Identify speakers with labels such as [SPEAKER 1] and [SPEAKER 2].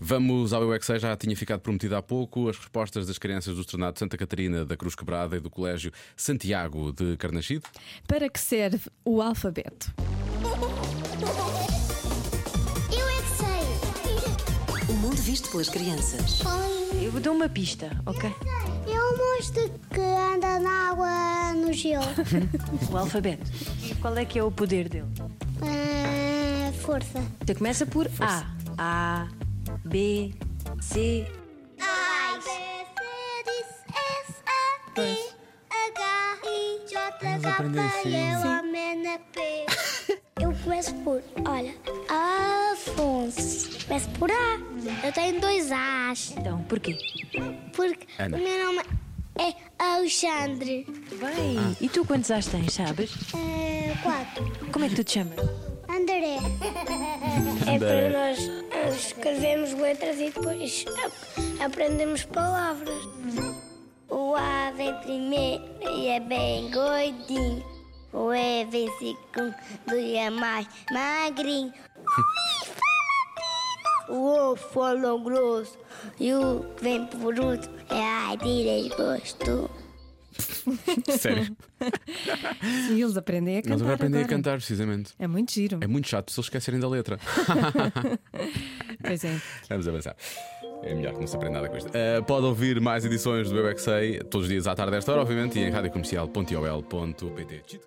[SPEAKER 1] Vamos ao UXA, já tinha ficado prometido há pouco as respostas das crianças do Estrenado de Santa Catarina da Cruz Quebrada e do Colégio Santiago de Carnaxide.
[SPEAKER 2] Para que serve o alfabeto?
[SPEAKER 3] Eu é que
[SPEAKER 4] O
[SPEAKER 3] sei.
[SPEAKER 4] mundo visto pelas crianças.
[SPEAKER 3] Olhem,
[SPEAKER 5] Eu dou uma pista, ok?
[SPEAKER 3] É um monstro que anda na água no gelo.
[SPEAKER 5] O alfabeto. Qual é que é o poder dele?
[SPEAKER 3] Ah, força.
[SPEAKER 5] Você Então começa por A. A, B, C.
[SPEAKER 3] A, B, C, D, S, A, I, H, I, J,
[SPEAKER 6] Vamos aprender
[SPEAKER 3] K,
[SPEAKER 6] assim.
[SPEAKER 3] L, M, N, P. Eu começo por, olha, Afonso. Começo por A. Eu tenho dois A's.
[SPEAKER 5] Então, porquê?
[SPEAKER 3] Porque
[SPEAKER 1] Ana.
[SPEAKER 3] o meu nome é Alexandre.
[SPEAKER 5] Bem,
[SPEAKER 4] Ah.
[SPEAKER 5] e tu quantos as tens, sabes?
[SPEAKER 3] Ah, quatro.
[SPEAKER 5] Como é que tu te chamas?
[SPEAKER 3] André. É para nós escrevemos letras e depois aprendemos palavras. O A vem primeiro e é bem gordinho. O E vem segundo e é mais magrinho. O O fala grosso e o que vem por último é ai, direi gosto.
[SPEAKER 1] Sério?
[SPEAKER 2] Sim, eles aprendem a cantar.
[SPEAKER 1] Nós vamos aprender a
[SPEAKER 2] agora.
[SPEAKER 1] cantar, precisamente.
[SPEAKER 2] É muito giro.
[SPEAKER 1] É muito chato se eles esquecerem da letra.
[SPEAKER 2] Pois é.
[SPEAKER 1] Vamos avançar. É melhor que não se aprenda nada com isto. Eh, pode ouvir É mais edições do UXA todos os dias à tarde, desta hora, obviamente, e em radiocomercial.iol.pt.